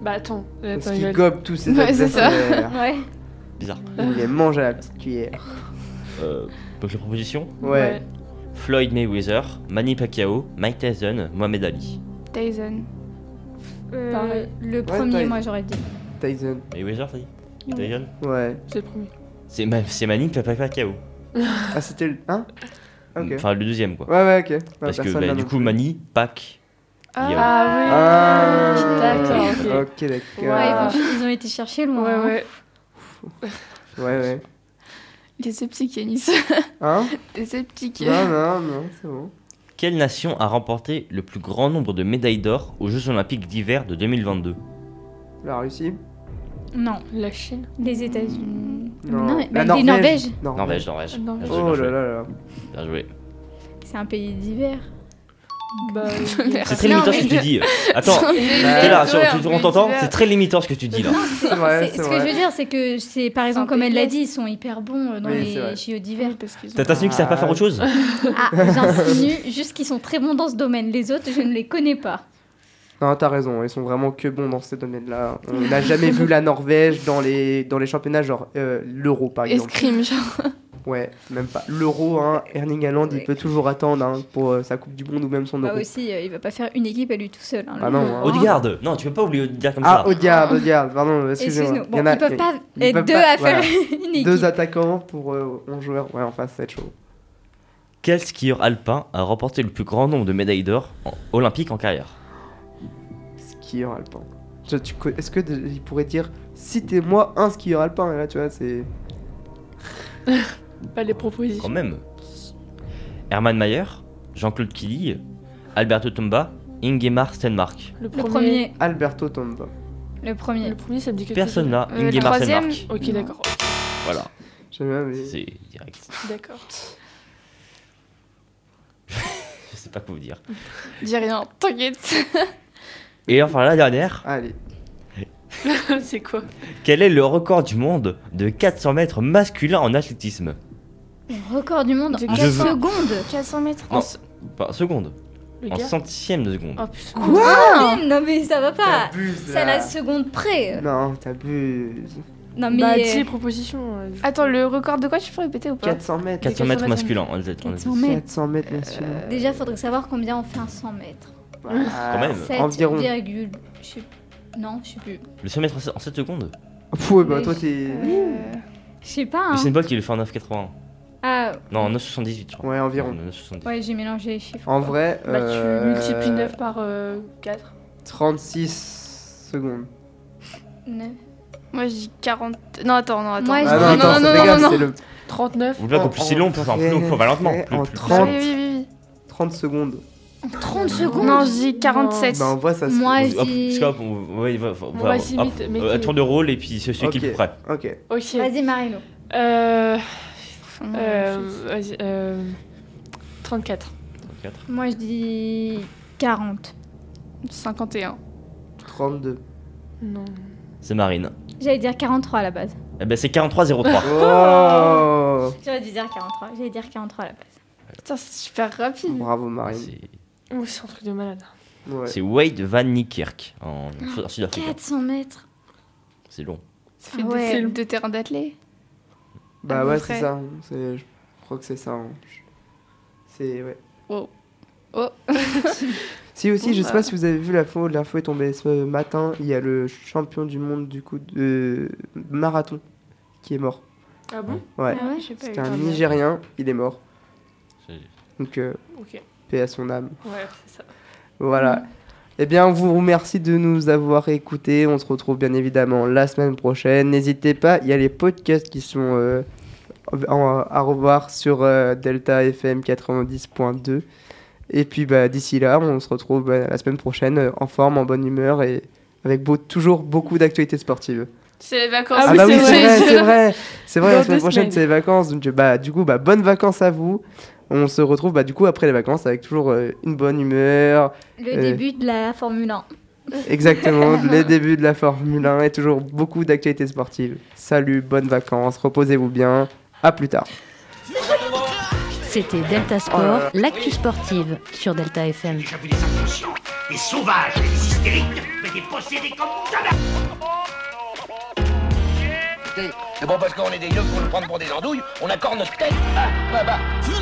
S4: Bah, attends.
S3: Parce
S4: attends,
S3: qu'il
S4: Yoann.
S3: gobe tous ses
S7: Ouais, c'est ça. (laughs)
S3: adversaires.
S6: Ouais.
S5: Bizarre.
S3: Il les mange à la petite cuillère.
S5: Euh, donc les propositions
S3: Ouais.
S5: Floyd Mayweather, Manny Pacquiao, Mike Tyson, Mohamed Ali.
S7: Tyson.
S6: Euh,
S4: Pareil.
S6: le
S3: t'as
S6: premier,
S3: eu-
S6: moi j'aurais dit.
S3: Tyson.
S5: Mayweather, t'as dit Tyson
S3: Ouais.
S4: C'est le premier.
S5: C'est Ma- c'est Manny Papa- Pacquiao.
S3: Ah, c'était le. Hein Ok. Ouais,
S5: Enfin, le deuxième, quoi.
S3: ouais, ok. Ouais,
S5: Parce que
S3: personne
S5: bah,
S3: là
S5: du
S3: non
S5: coup,
S3: plus.
S5: Manny, Pac. Ah,
S3: Ah
S4: D'accord, ok.
S3: Ok, d'accord.
S6: Ouais,
S3: Ouais,
S6: ils, ont, ils ont été chercher loin.
S4: Ouais,
S6: hein.
S4: ouais.
S3: ouais.
S7: Les sceptiques, Yanis.
S3: Hein
S7: Les sceptiques.
S5: Bah,
S3: Non, non, non, c'est bon.
S5: Quelle nation a remporté le plus grand nombre de médailles d'or aux Jeux Olympiques d'hiver de 2022
S3: La Russie
S6: Non,
S4: La Chine.
S6: les États-Unis.
S3: Non.
S6: mais
S3: La
S6: bah, les
S3: Norvège.
S6: Norvèges.
S5: Norvège, Norvège.
S4: Norvège.
S5: Bien joué, bien
S3: Oh là
S5: joué,
S3: là là.
S5: bien joué.
S6: C'est un pays d'hiver.
S4: Bah,
S5: C'est très
S6: Non,
S5: limitant ce
S6: mais-
S5: que tu dis.
S7: (laughs)
S5: Attends, t'es là, sur- tu- on t'entend C'est très limitant ce que tu dis là.
S3: C'est vrai,
S6: C'est-
S3: c'est
S6: ce que je
S3: vrai.
S6: veux dire, c'est que c'est par exemple, comme elle l'a dit, ils sont hyper bons euh, dans
S3: Oui, c'est vrai.
S6: les JO d'hiver.
S7: Parce qu'ils
S5: T'as
S7: ont-
S5: t'insinues qu'ils savent pas faire autre chose
S6: (laughs) Ah, j'insinue juste qu'ils sont très bons dans ce domaine. Les autres, je ne les connais pas.
S3: Non, t'as raison, ils sont vraiment que bons dans ces domaines-là. On n'a jamais vu la Norvège dans les, dans les championnats, genre euh, l'euro par exemple.
S7: Escrime, genre.
S3: Ouais, même pas. L'euro, hein, Erling Haaland, il peut toujours attendre hein, pour euh, sa Coupe du Monde ou même son
S6: Bah
S3: euro.
S6: aussi, euh, il va pas faire une équipe à lui tout seul. hein,
S3: Ah
S6: le
S3: non,
S6: pauvre,
S3: hein.
S6: hein.
S5: Odigarde Non, tu peux pas oublier Odigarde comme
S3: Ah,
S5: ça.
S3: Odiard, Odiard, pardon, excusez-moi.
S6: Excuse-nous.
S3: Il y
S6: Bon,
S3: en a-
S6: ils peuvent pas
S3: ils
S6: être
S3: peuvent
S6: deux
S3: pas-
S6: à faire
S3: voilà.
S6: (laughs) une équipe.
S3: Deux attaquants pour euh, 11 joueurs. Ouais, enfin, c'est chaud.
S5: Quel skieur alpin a remporté le plus grand nombre de médailles d'or en- olympiques en carrière
S3: Skieur alpin. Je- tu co- Est-ce que de- il pourrait dire citez-moi un skieur alpin Et là, tu vois, c'est.
S4: Pas les
S5: Quand
S4: propositions.
S5: même. Hermann Mayer, Jean-Claude Killy, Alberto Tomba, Ingemar Stenmark.
S4: Le
S6: Le premier.
S3: Alberto Tomba.
S6: Le
S4: Le
S6: premier.
S4: premier, ça me dit quelque
S5: Personne là,
S7: Euh, le
S5: Ingemar
S7: troisième.
S5: Stenmark.
S4: chose. Ok, d'accord.
S5: Voilà,
S3: J'aime bien, mais-
S5: c'est direct.
S4: D'accord. (laughs)
S5: Je sais pas quoi vous dire.
S7: Dis rien, t'inquiète.
S5: Et enfin la dernière,
S3: Allez.
S4: c'est quoi
S5: quel est le record du monde de 400 mètres masculin en athlétisme
S6: Le record du monde
S7: De
S6: en
S5: Je veux-
S6: secondes.
S7: 400 mètres.
S5: Non, Par seconde,
S4: Le
S5: en
S4: gars
S5: centième de seconde.
S4: Oh putain.
S6: (laughs) Non mais ça va pas.
S3: T'abuses,
S6: C'est à
S3: là.
S6: la seconde près.
S3: Non, t'abuses.
S6: Non mais
S4: Bah,
S6: euh,
S4: dis les propositions. euh, du coup.
S7: Attends, le record de quoi tu peux répéter ou pas
S3: 400 mètres.
S5: 400 mètres
S4: 400
S5: masculin en athlétisme.
S6: 400 mètres.
S3: 400 mètres, monsieur.
S6: euh, Déjà, faudrait savoir combien on fait un 100 mètres.
S3: Quand
S5: même.
S3: Environ.
S6: 7,... je sais- Non, je sais plus.
S5: Le 100 mètres en 7 secondes
S3: Pouh, bah toi, t'es.
S7: Euh,
S6: Je sais pas.
S5: Mais
S6: Hein.
S5: c'est une bolt qui le fait en 9,81.
S6: Ah,
S5: Non, en 9,78 je crois.
S3: Ouais, environ.
S5: Non, 9,78.
S6: ouais, j'ai mélangé les chiffres.
S3: En vrai,
S4: Bah, tu
S3: euh,
S4: multiplies 9 par euh, 4.
S3: 36 secondes.
S6: Neuf.
S7: Moi, je dis 40. Non, attends, non, attends.
S6: Moi, je
S3: Ah
S6: dis-
S3: non, attends,
S7: non, non,
S3: c'est
S7: non,
S3: légal,
S7: non,
S3: c'est
S7: non.
S3: le
S4: 39.
S5: Vous voulez pas
S3: En-
S5: qu'on plus si long, on peut faire plus long, on peut faire lentement. Plus,
S3: en
S5: plus-
S3: 30.
S7: Oui, oui, oui, oui.
S3: 30 secondes.
S6: 30 secondes
S7: Non, je dis 47.
S3: Bah, on voit ça se
S6: Moi,
S5: Hop,
S6: je dis-
S5: hop, on- ouais, va- va-
S4: On
S5: va-
S4: va si
S5: hop.
S4: vite, mais
S5: Euh,
S4: t'es-
S5: tour de rôle et puis celui qui est le
S3: Ok.
S5: plus près.
S3: Ok.
S4: Ok.
S6: Vas-y, Marino.
S4: Euh,
S7: Enfin, non,
S4: euh, vas-y, euh, 34.
S5: 34.
S6: Moi, je dis 40.
S7: 51.
S3: 32.
S4: Non.
S5: C'est Marine.
S6: J'allais dire 43 à la base.
S5: Eh ben c'est 43-03.
S3: Oh
S6: J'aurais dû dire 43. J'allais dire 43 à la base.
S7: Putain, c'est super rapide.
S3: Bravo, Marine.
S5: C'est-
S4: Oh, c'est un truc de malade.
S3: Ouais.
S5: C'est Wade Van Niekerk en, en Sud-Afrique.
S6: 400 mètres.
S5: C'est long.
S7: Ça fait
S6: Ah
S7: deux,
S6: ouais.
S7: c'est deux terrains d'athlètes.
S3: Bah
S7: à
S3: ouais,
S7: peu
S3: c'est
S7: près.
S3: ça. hein. C'est- Je crois que c'est ça. hein. C'est ouais.
S7: Wow. Oh.
S3: (laughs) si aussi, je
S7: Bon,
S3: sais
S7: bah.
S3: pas si vous avez vu l'info, l'info est tombée ce matin, il y a le champion du monde du coup de marathon qui est mort.
S4: Ah bon
S3: Ouais.
S6: Ah ouais
S7: Je sais pas.
S3: C'était un Nigérien, il est mort. Donc, euh,
S4: Ok,
S3: paix à son âme.
S4: ouais, c'est ça.
S3: Voilà. Eh bien, on vous remercie de nous avoir écoutés. On se retrouve bien évidemment la semaine prochaine. N'hésitez pas, il y a les podcasts qui sont euh, en- à revoir sur euh, Delta FM 90.2. Et puis, bah, d'ici là, on se retrouve bah, la semaine prochaine euh, en forme, en bonne humeur et avec beau- toujours beaucoup d'actualités sportives.
S7: C'est les vacances.
S4: Ah
S3: Ah,
S4: oui,
S3: bah
S4: c'est
S3: oui, c'est
S4: vrai.
S3: vrai, c'est
S4: (laughs)
S3: vrai. C'est vrai,
S4: Dans
S3: la semaine
S4: deux
S3: prochaine,
S4: semaines.
S3: c'est les vacances. Donc, bah, du coup, bah, bonnes vacances à vous. On se retrouve bah, du coup après les vacances avec toujours euh, une bonne
S4: (laughs)
S3: humeur,
S6: Le
S3: Euh.
S6: début de la Formule 1.
S4: (laughs)
S3: Exactement, les débuts de la Formule 1 et toujours beaucoup d'actualités sportives. Salut, bonnes vacances, reposez-vous bien, à plus tard.
S1: C'était Delta
S3: Oh là
S1: Sport,
S3: là.
S1: l'actu sportive sur Delta FM.
S2: J'ai déjà vu des inconscients, des sauvages, des hystériques, mais des possédés comme jamais C'est bon, parce qu'on est des yeux pour nous prendre pour des andouilles, on accorde notre tête. Ah, bah, bah.